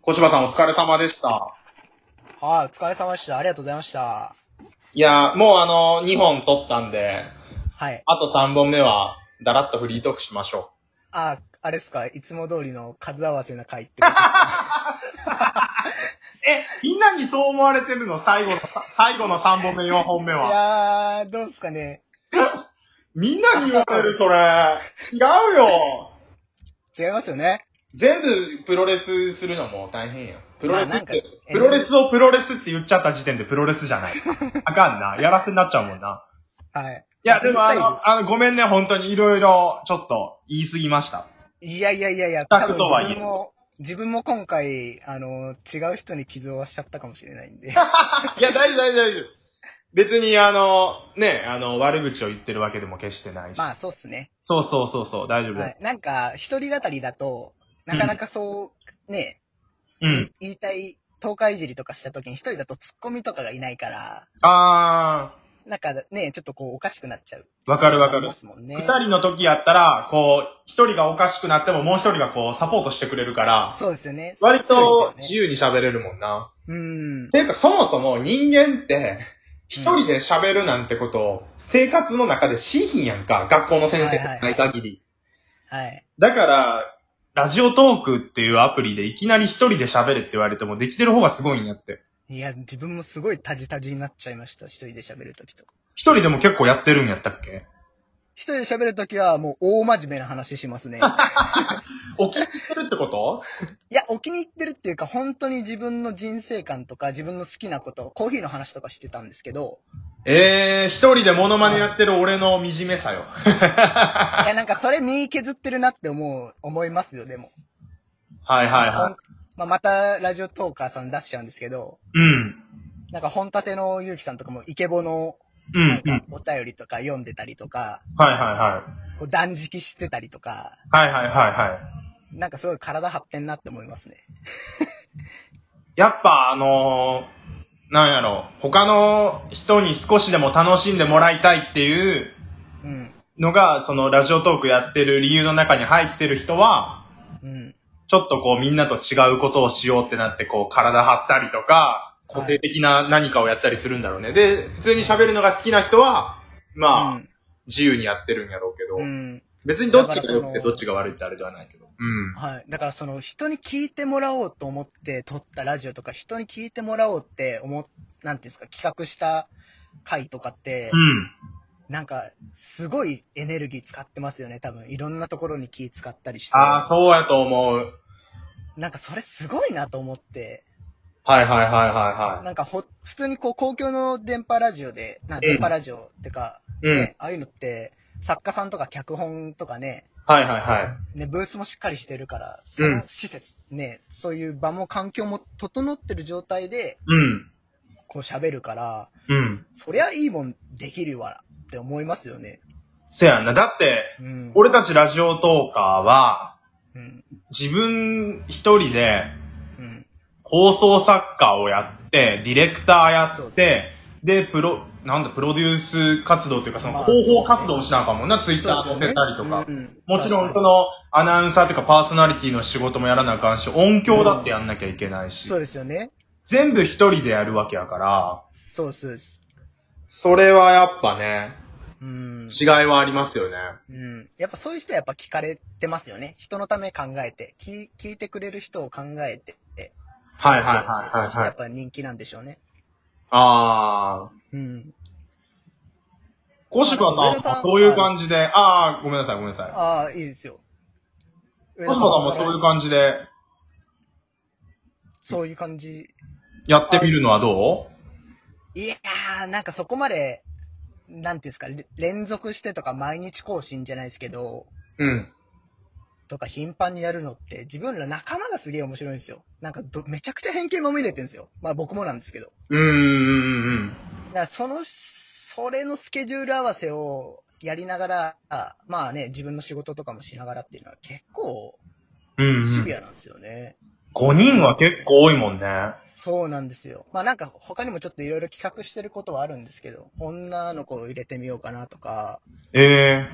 小柴さんお疲れ様でした。はい、お疲れ様でした。ありがとうございました。いやー、もうあの、2本撮ったんで、はい。あと3本目は、だらっとフリートークしましょあ、あれっすか、いつも通りの数合わせな回ってこと。 う。え、みんなにそう思われてるの最後の、最後の3本目、4本目い。やー、どうっすかね。みんなに言われる、それ。違うよ。違いますよね。全部プロレスするのも大変よ。プロレスまあっなんかて、プロレスをプロレスって言っちゃった時点でプロレスじゃない。あかんな。やらせになっちゃうもんな。はい。いや、でもあスタイの、あの、ごめんね、本当にいろいろ、ちょっと、言い過ぎました。ルいやいやいやいや、タ多ク分とはいえ自分も、自分も今回、あの、違う人に傷を負わしちゃったかもしれな いんで。いや、大丈夫、大丈夫、大丈夫。別に、あの、ね、あの、悪口を言ってるわけでも決してないし。まあ、そうっすね。そうそうそう、そう大丈夫。はい。なんか、一人語りだと、なかなかそう、ね、うん。言いたい、東海いじりとかした時に一人だとツッコミとかがいないから、あなんかね、ちょっとこう、おかしくなっちゃう。ー、わかるわかありるま。すもんね。二人の時やったら、こう、一人がおかしくなってももう一人がこう、サポートしてくれるから、そうですよね。割とそうです自よ由ねに喋れるもんな。うん。ていうか、そもそも人間って、一人で喋るなんてことを、生活の中でしひんやんか。学校の先生じゃない限り。はい。だから、ラジオトークっていうアプリでいきなり一人で喋れって言われてもできてる方がすごいんやって。いや、自分もすごいタジタジになっちゃいました。一人で喋るときとか。一人でも結構やってるんやったっけ一人で喋るときはもう大真面目な話します ね。お気に入ってるってこといや、お気に入ってるっていうか、本当に自分の人生観とか、自分の好きなこと、コーヒーの話とかしてたんですけど、えー、一人でモノマネやってる俺の惨めさよ。いや、なんかそれ身削ってるなって思う、思いますよ、でも。はいはいほはんまあ、またラジオトーカーさん出しちゃうんですけど、い。うん。なんか本立てのゆうきさんとかもイケボの、うなんん、うん。かお便りとか読んでたりとか、はいはいこう断食してたりとか、はい。はいはいはいはい。なんかすごい体張ってんなって思いますね。やっぱあのー、なんやろ、他の人に少しでも楽しんでもらいたいっていううん。のが、そのラジオトークやってる理由の中に入ってる人は、うん。ちょっとこうみんなと違うことをしようってなってこう体張ったりとか、個性的な何かをやったりするんだろうね。で、普通に喋るのが好きな人は、まあ、自由にやってるんやろうけど、うん。うん。別にどっちが良だからくそてのどっちが悪いってあれではないけど。うん。はい。だからその人に聞いてもらおうと思って撮ったラジオとか、人に聞いてもらおうって思っ、なんていうんですか、企画した回とかって、うん。なんか、すごいエネルギー使ってますよね、多分。いろんなところに気使ったりして。ああ、そうやと思う。なんかそれすごいなと思って。はいはいはいはなんかほ、普通にこう公共の電波ラジオで、なんか電波ラジオってか、いはい。うん。ね、ああいうのって、作家さんとか脚本とかね、はいはいはい。ね、ブースもしっかりしてるから、そうんの施設、ね、そういう場も環境も整ってる状態で、うん。こう喋るから、うん。そりゃいいもんできるわって思いますよね。せやんな。だって、うん。俺たちラジオトーカーは、うん。自分一人でうん。放送作家をやって、ディレクターやそうっですて、で、プロ、なんだ、プロデュース活動というか、そのまあ広報活動をしなあかんもんな、ツイッターそう載ですよねせたりとかう。んもちろん、そ確かにの、アナウンサーというか、パーソナリティの仕事もやらなあかんし、音響だってやんなきゃいけないしそ、うですよね。全部一人でやるわけやから、そうそうです。それはやっぱね、うん。違いはありますよね。うん。やっぱそういう人はやっぱ聞かれてますよね。人のため考えて、聞聞いてくれる人を考えて。はいはいそうはうい人はい、はやいっ。ぱ人気なんでしょうね。あー。うん。小柴さん上田さんはそういう感じで、あー、ごめんなさいごめんなさああ、いいですよ。い。小柴さんもそういう感じで、そういう感じ。やってみるのはどういやー、なんかそこまで、なんていうんですか、れ連続してとか毎日更新じゃないですけど、うん。とか頻繁にやるのって、自分ら仲間がすげえ面白いんですよ。なんかど、めちゃくちゃ偏見まみれてるんですよ。まあ僕もなんですけど。うーんうんうん。だからその、それのスケジュール合わせをやりながら、あまあね、自分の仕事とかもしながらっていうのは結構うん、うシんビ。アなんですよね。 5人は結構多いもんね。はそうなんですよ。まあなんか他にもちょっといろいろ企画してることはあるんですけど、女の子を入れてみようかなとか、え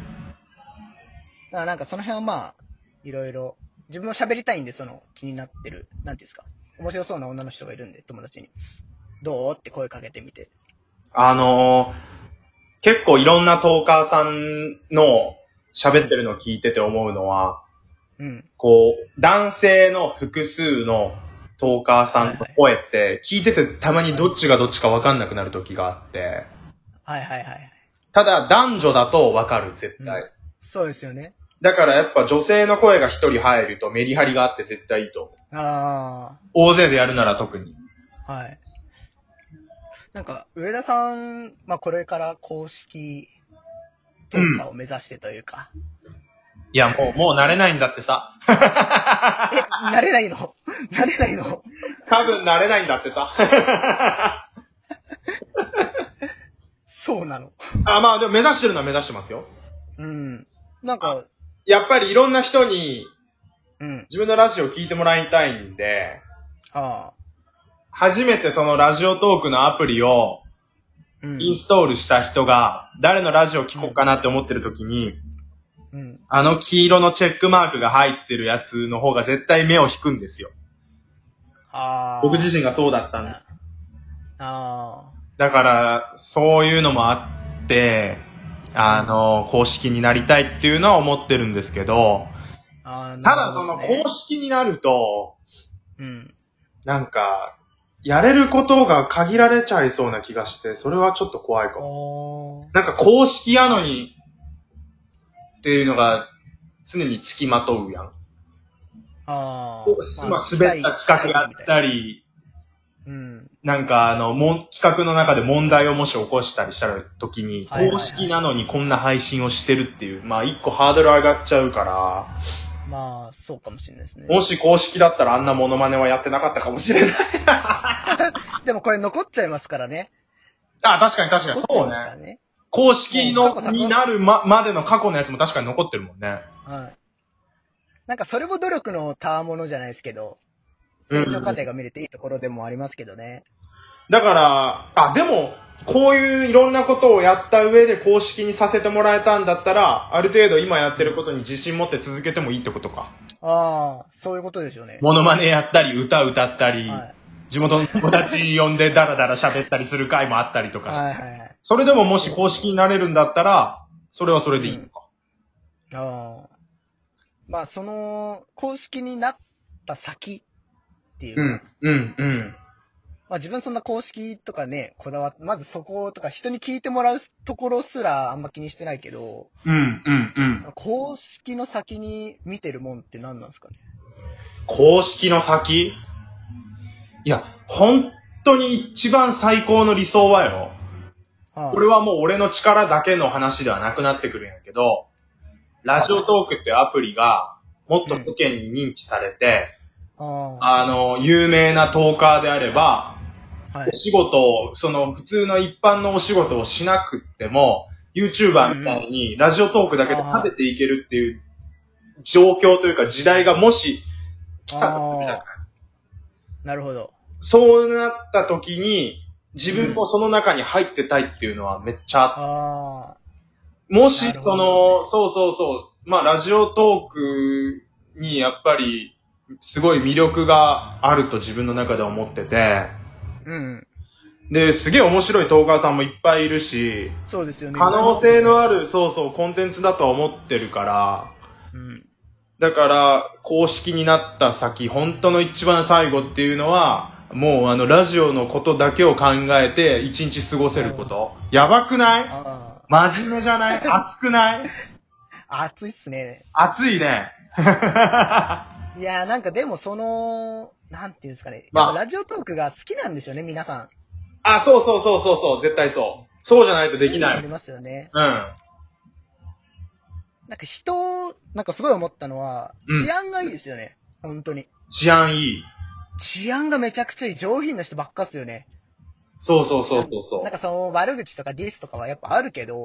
だからなんかその辺はまあ、いろいろ、自分も喋りたいんで、その気になってる、なんていうんですか、面白そうな女の人がいるんで、友達に。どうって声かけてみて。あのー結構いろんなトーカーさんの喋ってるのを聞いてて思うのは、うん。こう、男性の複数のトーカーさんの声って、聞いててたまにどっちがどっちかわかんなくなる時があって、はいはいはい。ただ男女だとわかる、絶対。うそうですよね。だからやっぱ女性の声が一人入るとメリハリがあって絶対いいと思う。あ大勢でやるなら特に。あ、はい。なんか、上田さん、まあ、これから公式トーカーを目指してというか、いや、もう、もう慣れないんだってさ。慣れないの 慣れないの多分慣れないんだってさ。 そうなの。あ、まあでも目指してるのは目指してますよ。うん。なんか、やっぱりいろんな人にうん。自分のラジオを聞いてもらいたいんで、ああ。初めてそのラジオトークのアプリをうん。インストールした人が、誰のラジオ聞こうかなって思ってる時に、うん。あの黄色のチェックマークが入ってるやつの方が絶対目を引くんですよ。ああ。僕自身がそうだったんであ。あだから、そういうのもあって、あの、公式になりたいっていうのは思ってるんですけど、ー。あーただその、なるほどです公ね式になると、うん。なんか、やれることが限られちゃいそうな気がして、それはちょっと怖いかも。おー。なんか公式やのに、っていうのが常に付きまとうやん。あこうーすまあ、滑った企画があっ。またり、うん。なんかあの、もん企画の中で問題をもし起こしたりした時に、はいはいはい公式なのにこんな配信をしてるっていう、まあ一個ハードル上がっちゃうから、まあ、そうかもしれないですね。もし公式だったらあんなモノマネはやってなかったかもしれない。でもこれ残っちゃいますからね。あ、確かに確かに。残そっうちゃいますからね。ね。公式のもう過去、になるま、までの過去のやつも確かに残ってるもんね。はい。なんかそれも努力のたわものじゃないですけど、うん成長過程が見れていいところでもありますけどね。だから、あ、でも、こういういろんなことをやった上で公式にさせてもらえたんだったら、ある程度今やってることに自信持って続けてもいいってことか。ああ、そういうことでしょうね。モノマネやったり、歌歌ったり、はい。地元の友達呼んでダラダラ喋ったりする回もあったりとかして、はいはいはい。それでももし公式になれるんだったら、それはそれでいいのか。ああ。まあ、その、公式になった先っていうか、、うん、うん。まあ自分そんな公式とかね、こだわって、まずそことか人に聞いてもらうところすらあんま気にしてないけど、うん、うん、うん。公式の先に見てるもんって何なんですかね。公式の先いや、本当に一番最高の理想はよ、はこれはもう俺の力だけの話ではなくなってくるんやけど、ラジオトークっていうアプリが、もっと世間に認知されて、ああの、有名なトーカーであれば、あ、はいお。仕事を、その普通の一般のお仕事をしなくっても、YouTuber みたいにラジオトークだけで食べていけるっていう状況というか時代がもし来た時みたいな。なるほど。そうなった時に、自分もその中に入ってたいっていうのはめっちゃあってあもし、なそるのほど、そうそうそう、まあ、ラジオトークにやっぱり、すごい魅力があると自分の中で思ってて、あ、うん。で、すげえ面白いトーカーさんもいっぱいいるし、そうですよね。可能性のある、そうそう、コンテンツだとは思ってるから、うん。だから、公式になった先、本当の一番最後っていうのは、もうあの、ラジオのことだけを考えて、一日過ごせること。やばくないあ真面目じゃ ない熱くないあ、熱いっすね。熱いね。 いやーなんかでもその、なんていうんですかね。まあやっぱラジオトークが好きなんでしょうね、皆さん。あ、そうそうそうそうそう、絶対そう。そうじゃないとできなあい。りますよね。うん。なんか人を、なんかすごい思ったのは、うん治安がいいですよね。本当に。治安いい。治安がめちゃくちゃいい上品な人ばっかっすよね。そうそうそうそうそなんう。かその悪口とかディスとかはやっぱあるけど、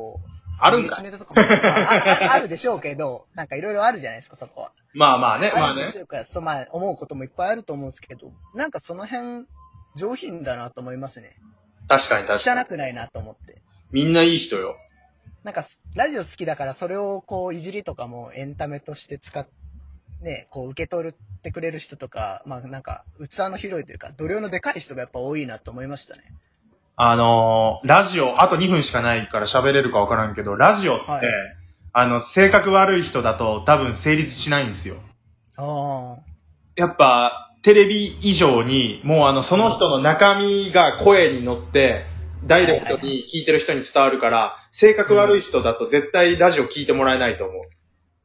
あるんか身い内ネタとかもあああるで しょうけど、なんかいろいろあるじゃないですか、そこは。まあまあね、まああるねで。しょうか、そう、まあ思うこともいっぱいあると思うんですけど、なんかその辺、上品だなと思いますね。確かに確か汚に。くないなと思って。みんないい人よ。なんか、ラジオ好きだからそれをこう、いじりとかもエンタメとして使っね、こう受け取ってくれる人とか、まあなんか器の広いというか、度量のでかい人がやっぱ多いなと思いましたね。あのーラジオ、あと2分しかないから喋れるかわからんけど、ラジオって、はいあの、性格悪い人だと多分成立しないんですよ。あやっぱ、テレビ以上に、もうあの、その人の中身が声に乗って、ダイレクトに聞いてる人に伝わるから、性格悪い人だと絶対ラジオ聞いてもらえないと思う。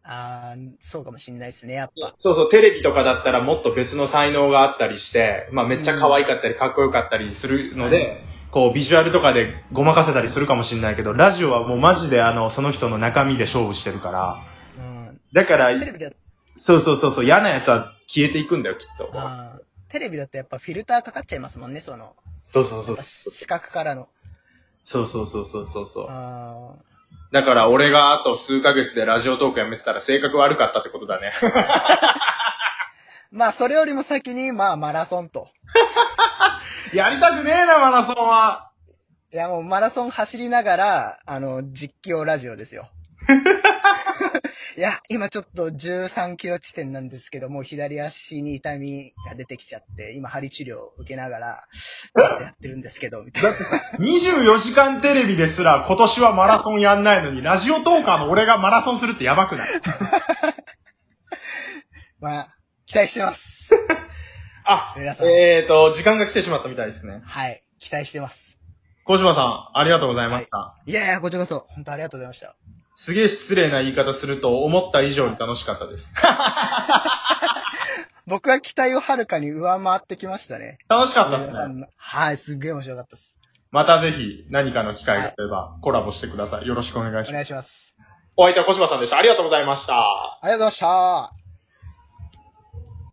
あ、ああ、そうかもしんないですね、やっぱ。そうそう、テレビとかだったらもっと別の才能があったりして、まあめっちゃ可愛かったりかっこよかったりするので、こうビジュアルとかでごまかせたりするかもしれないけど、ラジオはもうマジであの、その人の中身で勝負してるから、うん。だから、テレビだそうそうそうそう、嫌なやつは消えていくんだよ、きっと。あーテレビだとやっぱフィルターかかっちゃいますもんね、その、そうそうそう。視覚からの。そうそうそうそうそうそう。あーだから俺があと数ヶ月でラジオトークやめてたら性格悪かったってことだね。まあ、それよりも先に、まあ、マラソンと。 やりたくねえな、マラソンは。いや、もうマラソン走りながら、あの、実況ラジ オですよ。いや、今ちょっと13キロ地点なんですけど、もう左足に痛みが出てきちゃって、今針治療を受けながら、ちょっとやってるんですけど、みたいな。 24時間テレビですら今年はマラソンやんないのに、ラジオトーカーの俺がマラソンするってやばくないまあ、期待してます。あ皆さんえっ、と、時間が来てしまったみたいですね。はい、期待してます。小島さん、ありがとうございました。いやいや、こちらこそ、本当ありがとうございました。すげえ失礼な言い方すると、思った以上に楽しかったです。僕は期待をはるかに上回ってきましたね。楽しかったです皆さね。んのはい、すっげえ面白かったです。またぜひ何かの機会があればコラボしてください。よろしくお願いしおま願いす。します。お相手は小島さんでした。ありがとうございました。ありがとうございました。